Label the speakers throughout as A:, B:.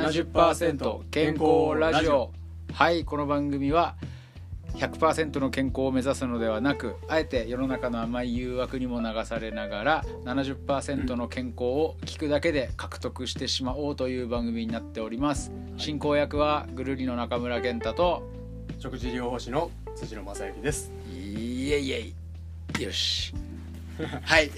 A: 70%健康ラジオはいこの番組は100%の健康を目指すのではなくあえて世の中の甘い誘惑にも流されながら70%の健康を聞くだけで獲得してしまおうという番組になっております、進行役はぐるりの中村健太と
B: 食事療法士の辻野正幸です
A: イエイエイよしはい い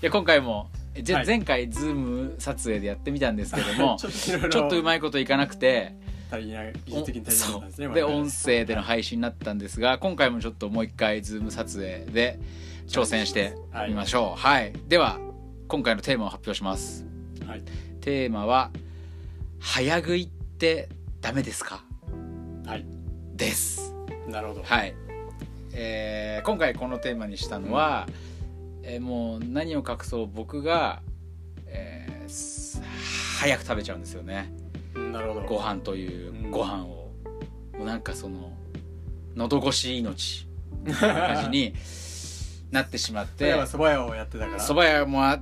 A: や今回もぜ
B: はい
A: 前回ズーム撮影でやってみたんですけども
B: ちょっといろい
A: ちょっとう
B: ろ
A: まいこといかなくて
B: 足りない技
A: お
B: 術的に足りなか
A: そ
B: ったんですね
A: うで
B: 我々
A: 音声での配信になったんですが今回もちょっともう一回ズーム撮影で挑戦してみましょうはい、では今回のテーマを発表します
B: はい
A: テーマは「早食いってダメですか?
B: はい」
A: です
B: なるほど
A: はい、えー今回このテーマにしたのは、えーもう何を隠そう僕が、えーす早く食べちゃうんですよね
B: なるほ
A: ご
B: ど
A: 飯という
B: うん
A: ご飯を、もうなんかその喉越し 命みたいな感じになってしまっ
B: で
A: て
B: は蕎麦屋をやってたから
A: そば屋もあ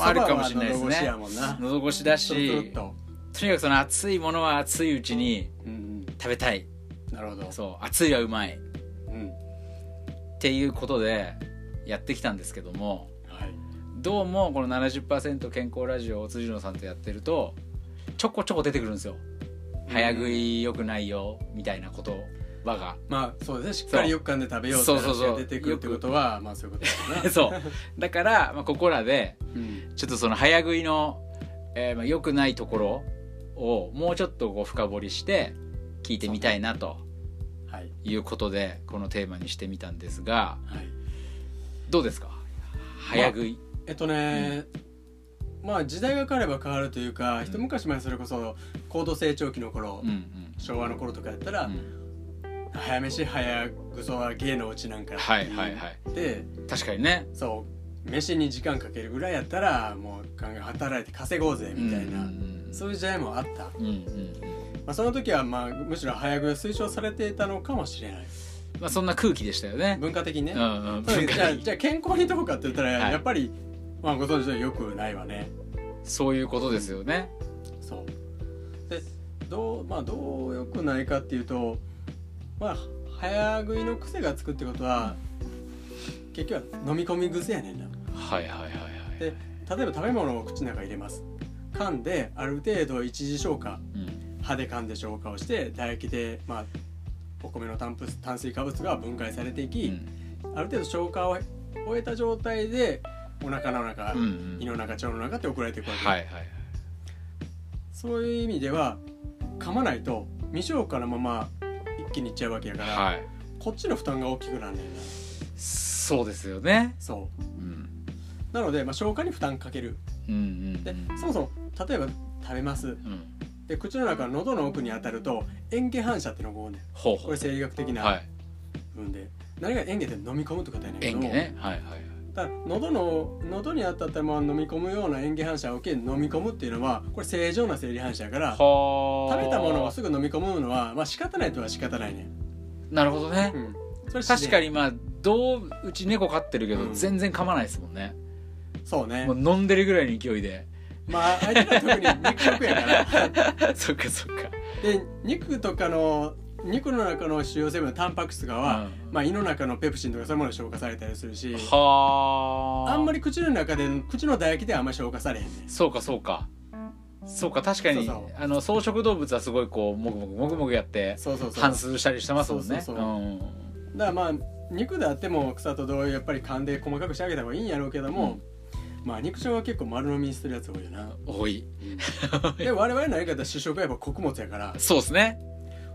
A: あるかもしれないです
B: 蕎麦
A: ね
B: は喉越しやもんな
A: 喉越しだ
B: つるつる
A: し
B: っと
A: とにかくその熱いものは熱いうちに
B: うん
A: 食べたい
B: なるほど
A: そう熱いはうまい
B: うん
A: っていうことでやってきたんですけども
B: はい
A: どうもこの70%健康ラジオを辻野さんとやってるとちょこちょこ出てくるんですよ早食い良くないよみたいなこと場が
B: まあそうですねしっかりよく噛んで食べようって
A: そうそう
B: 話
A: そう
B: が出てくるってことはまあそういうことだ な
A: そうだから、まあ、ここらで
B: うん
A: ちょっとその早食いの、えーまあ、良くないところをもうちょっとこう深掘りして聞いてみたいなと
B: はい
A: いうことでこのテーマにしてみたんですが
B: はい
A: どうですか早食い、
B: えっとね、まあ時代が変われば変わるというか、一昔前それこそ高度成長期の頃、
A: うんうん
B: 昭和の頃とかやったら、
A: うん
B: 早飯早ぐそは芸のうちなんかって
A: はいはいは
B: 言って
A: 確かにね
B: そう飯に時間かけるぐらいやったらもうガンガン働いて稼ごうぜみた
A: うん
B: いな、
A: うんうん
B: そういう時代もあった、ま
A: うんうんうん
B: あ、その時はまあむしろ早食いを推奨されていたのかもしれない
A: まあそんな空気でしたよね。
B: 文化的にね、
A: うんうん。
B: そうだ
A: 文
B: けどじ
A: 化
B: ゃあ
A: 的
B: じゃあ健康にどうかって言ったら、
A: はい
B: やっぱり、まあ、ご存知のよくないわね
A: そういうことですよね。
B: そうでどうまあどう良くないかっていうとまあ早食いの癖がつくってことは結局は飲み込み癖やねんな
A: はいはいはいはい。
B: で例えば食べ物を口の中に入れます噛んである程度一時消化
A: うん
B: 歯で噛んで消化をして唾液でまあお米のタンプス炭水化物が分解されていき、
A: うん
B: ある程度消化を終えた状態でお腹の中、
A: うんうん
B: 胃の中腸の中って送られていくわけ、
A: はいはいはい。
B: そういう意味では噛まないと未消化のまま一気にいっちゃうわけやから、
A: はい。
B: こっちの負担が大きくなんねんな
A: そうですよね。
B: そう
A: うん
B: なので、まあ、消化に負担かける
A: うんうんう
B: で、
A: ん。
B: そもそも例えば食べます
A: うん。
B: で口の中の喉の奥に当たると嚥下反射っていうのが起こるねん
A: ほうほ
B: これ生理学的
A: う。は。
B: ない部分で、何が嚥下って飲み込むとかだよねんけ
A: 演
B: ど
A: 技ね。はいはいはい。
B: ただ喉の喉に当たったまま飲み込むような嚥下反射を受け飲み込むっていうのはこれ正常な生理反射やから
A: はあ。
B: 食べたものをすぐ飲み込むのはまあ仕方ないとは仕方ないねん、
A: なるほどね
B: う。ん、それ自
A: 確
B: 然
A: かにまあどううち猫飼ってるけ
B: う
A: ど
B: ん
A: 全然噛まないですもんね。
B: そうね
A: もう飲んでるぐらいの勢い で。
B: まあ相手は特に肉食やから
A: そっかそっか。
B: で肉とかの肉の中の主要成分のタンパク質とかは、
A: うん
B: まあ、胃の中のペプシンとかそういうものが消化されたりするし
A: はあ。
B: あんまり口の中で口の唾液ではあんまり消化されへんねん
A: そうかそうかそうか確かに
B: そうそ
A: あの草食動物はすごいこうもぐもぐもぐもぐやって
B: そうそうそう
A: 反数したりしてますもんね
B: そううそうそだからまあ肉であっても草と同様やっぱり噛んで細かくしてあげた方がいいんやろうけども、まあ肉食は結構丸飲みにするやつ多いよなん
A: 多い
B: で我々のやり方は主食はやっぱ穀物やから
A: そうですね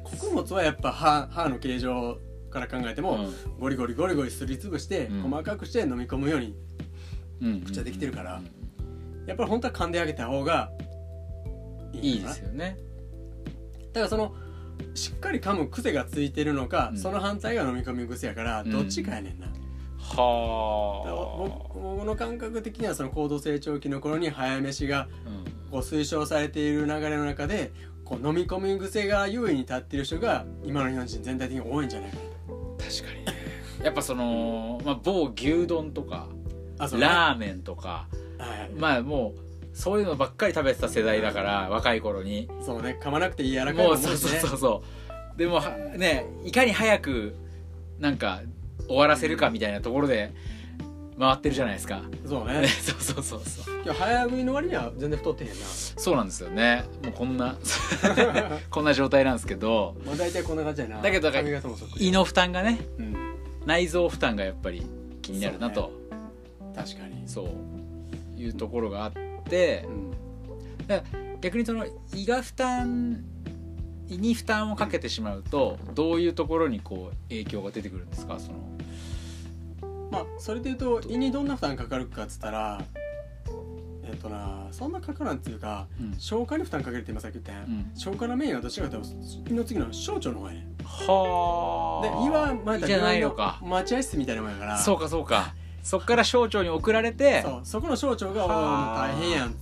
B: 穀物はやっぱ歯歯の形状から考えても、
A: う
B: ゴリゴリゴリゴリすりつぶして、
A: うん
B: 細かくして飲み込むように
A: うん
B: 口はできてるから
A: うん
B: やっぱり本当は噛んであげた方が
A: い
B: い
A: い
B: の
A: で
B: かな
A: すよね
B: だからそのしっかり噛む癖がついてるのか、
A: うん
B: その反対が飲み込み癖やから
A: うん
B: どっちかやねんな、だから
A: は
B: 僕僕の感覚的にはその高度成長期の頃に早飯が
A: あ、うん
B: こう推奨されている流れの中でこう飲み込み癖が優位に立っている人が今の日本人全体的に多いんじゃないか
A: 確かにねやっぱその、まあ、某牛丼とか
B: なあそうね
A: ラーメンとか
B: はいはい
A: まあもうそういうのばっかり食べてた世代だから若い頃に
B: そうね噛まなくていい柔らかい
A: も
B: も
A: うんそうそうそううそうでもはねいかに早くなんか終わらせるかみたいなところで回ってるじゃないですか
B: そう
A: そう
B: ね
A: そうそうそう
B: 今日早食いの割には全然太って へんな
A: そうなんですよねもうこんな こんな状態なんですけど
B: まあ大体こんな感じやな
A: だけどだから
B: 髪型もそっくり
A: 胃の負担がね
B: うん
A: 内臓負担がやっぱり気になるなと
B: 確かに
A: そう,、いうところがあって
B: うん
A: 逆にその胃が負担胃に負担をかけてしまうとどういうところにこう影響が出てくるんですかその
B: まあそれで言うと胃にどんな負担かかるかっつったらえっとなそんなかからんっていうか
A: うん
B: 消化に負担かけるって今さっき言ったやん、
A: うん
B: 消化のメインはどっちかというと胃の次の小腸の方やねんで
A: はあ
B: 胃はまだ
A: じゃないのか
B: 待合室みたいなもんやから
A: そうかそうかそっから省庁に送られて
B: そうそこの小腸が「おい
A: はあ
B: 大変やん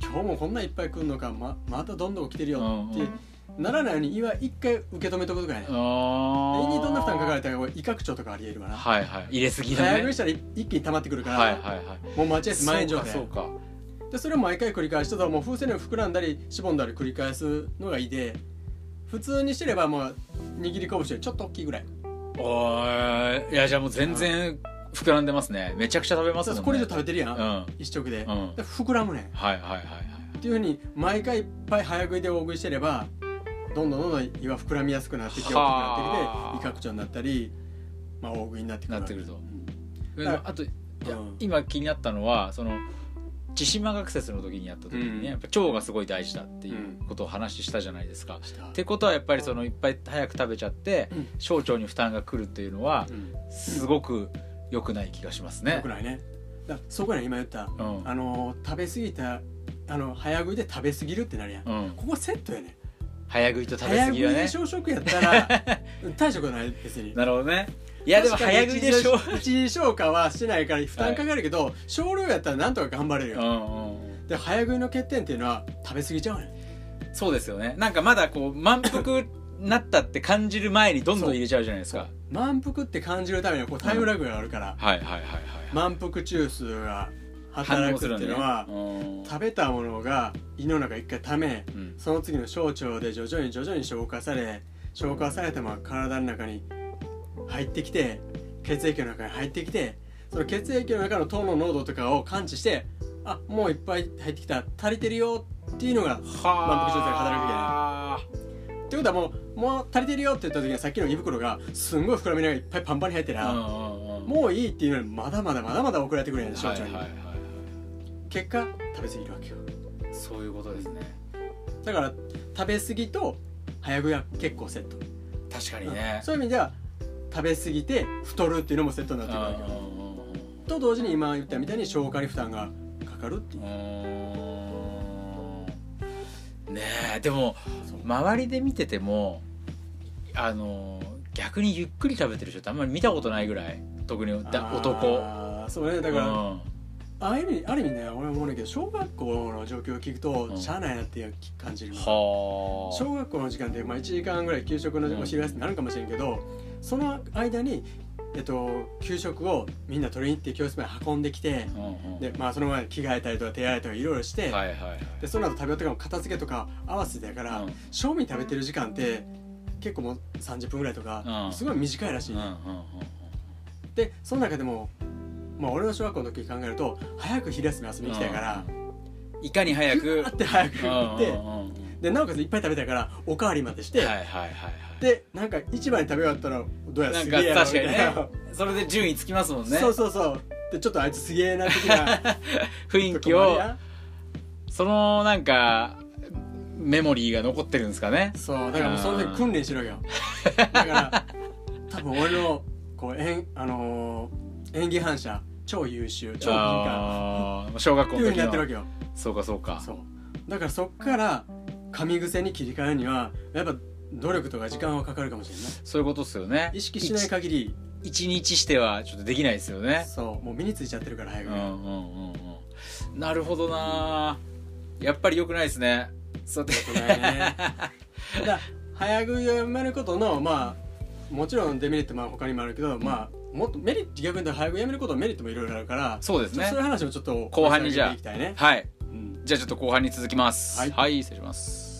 B: 今日もこんないっぱい来るのかままたどんどん来てるよ」ってならないように胃は一回受け止めとくとかやね
A: あ
B: で胃
A: ー
B: にどんな負担かかるってこれ胃拡張とかありえるわな
A: はいはい入れすぎだ
B: 早食
A: ね
B: いしたら一気に溜まってくるから、
A: はいはいはい
B: もう待合室満員状態
A: そうかそうか
B: でそれを毎回繰り返してたらもう風船の膨らんだりしぼんだり繰り返すのがいいで普通にしてればもう握り拳よりちょっと大きいぐらい
A: おーいやじゃあもう全然膨らんでますねめちゃくちゃ食べますもんね
B: これ以上食べてるやん、
A: うん
B: 一食で,、
A: うん
B: で膨らむねんっ
A: はいはいはいはい
B: ていうふうに毎回いっぱい早食いで大食いしてればどんどんどんどん胃は膨らみやすくなってきて大きくな
A: はあ
B: ってきて胃拡張になったり、まあ、大食いになってくる
A: なってくると
B: ん
A: でもあといや
B: うん
A: 今気になったのはその千島学説の時にやった時に
B: うん
A: ねやっぱ腸がすごい大事だっていうことを話したじゃないですか
B: した
A: ってことはやっぱりそのいっぱい早く食べちゃって
B: うん
A: 小腸に負担がくるっていうのは
B: うん
A: すごく良くない気がしますね
B: よく。ないねだからそこやね今言った、
A: うん
B: あの食べ過ぎたあの早食いで食べ過ぎるってなるやん、
A: うん、
B: ここセットやねん
A: 早食いと食べ
B: 早
A: 過
B: 食
A: ぎ
B: い
A: は
B: で
A: ね。
B: 小食やっ たら大したことない別に
A: なるほどね。いやでも
B: 確かに
A: 早食いでしょ。
B: 一日一日消化はしてないから負担かかるけど、少量やったらなんとか頑張れる
A: うん
B: よ、
A: うんうん
B: で早食いの欠点っていうのは食べ過ぎちゃうねん
A: そうですよね。なんかまだこう満腹になったって感じる前にどんどん入れちゃうじゃないですか。
B: 満腹って感じるためにはこうタイムラグがあるから、
A: はいはいはいはい。
B: 満腹中枢が
A: 反
B: 働
A: 応す
B: く
A: る
B: っ
A: ん
B: てい
A: だ
B: う
A: ね
B: のは、
A: うん
B: 食べたものが胃の中一回ため
A: うん
B: その次の小腸で徐々に徐々に消化され消化されたまま体の中に入ってきて血液の中に入ってきてその血液の中の糖の濃度とかを感知してあもういっぱい入ってきた足りてるよっていうのが満腹状態が働くってことはもうもう足りてるよって言った時にさっきの胃袋がすんごい膨らみながらいっぱいパンパンに入って
A: うん
B: ら、
A: うんうん
B: もういいっていうのにまだまだまだまだ送られてくるんやん小
A: はい
B: 腸
A: は
B: に、
A: いはいはい
B: 結果食べ過ぎるわけよ
A: そういうことですね。
B: だから食べ過ぎと早食いは結構セット
A: 確かにね。
B: そういう意味では食べ過ぎて太るっていうのもセットになってくるわけよ
A: うんうんうんうん
B: と同時に今言ったみたいに消化に負担がかかるっていうう
A: ーんねえでも
B: そう
A: 周りで見ててもあの逆にゆっくり食べてる人ってあんまり見たことないぐらい特にだ男
B: あーそうねだから、あ
A: うん
B: あいう意味ある意味ね俺は思うねんだけど小学校の状況を聞くと、
A: うん
B: しゃあないなっていう感じるの
A: はあ
B: 小学校の時間で、まあ、1時間ぐらい給食のお昼休みになるかもしれんけど、その間に、えっと、給食をみんな取りに行って教室まで運んできて、
A: うんうん
B: でまあ、その前に着替えたりとか手洗いとかいろいろして、
A: はいはいはい
B: でその後食べ終わってからも片付けとか合わせてだから、
A: うん
B: 正味食べてる時間って結構もう30分ぐらいとか、
A: うん
B: すごい短いらしい、
A: うん
B: ね
A: うんうんうん
B: でその中でも、まあ、俺の小学校の時考えると早く昼休み遊びに行きたいから、
A: いかに早
B: ぐ
A: く
B: わって早く行って、
A: うんうんうんうん
B: でなおかついっぱい食べたいからおかわりまでして、
A: はいはいはいはい
B: でなんか市場に食べ終わったらどうや
A: な
B: す
A: ん
B: げえや
A: か
B: ろ
A: 確かに
B: みたい
A: ね
B: な
A: それで順位つきますもんね
B: そうそうそうでちょっとあいつすげえな的な
A: 雰囲
B: 時
A: 気
B: もある
A: を
B: やん
A: そのなんかメモリーが残ってるんですかね
B: そうだからもうその時訓練しろ よだから多分俺のこう演あのー演技反射超優秀超敏感
A: あー小学
B: って
A: 校
B: いう
A: の
B: 風に
A: 時
B: なってるわ
A: の
B: けよ
A: そうかそうか
B: そうだからそっから神癖に切り替えるにはやっぱ努力とか時間はかかるかもしれない
A: そういうことっすよね
B: 意識しない限り
A: 一一日してはちょっとできないですよね
B: そうもう身についちゃってるから早
A: うん
B: く、
A: うんうんうんなるほどなやっぱり良くないですねそうで
B: 良くないねだから早食いをやめることのまあもちろんデメリットも他にもあるけど、まあもっとメリット逆に言うと早食いやめることのメリットもいろいろあるから
A: そうですね
B: そういう話もちょっと
A: 後半にじゃあ
B: いきたいね。
A: はい
B: うん
A: じゃあちょっと後半に続きます
B: はい
A: はい、失礼します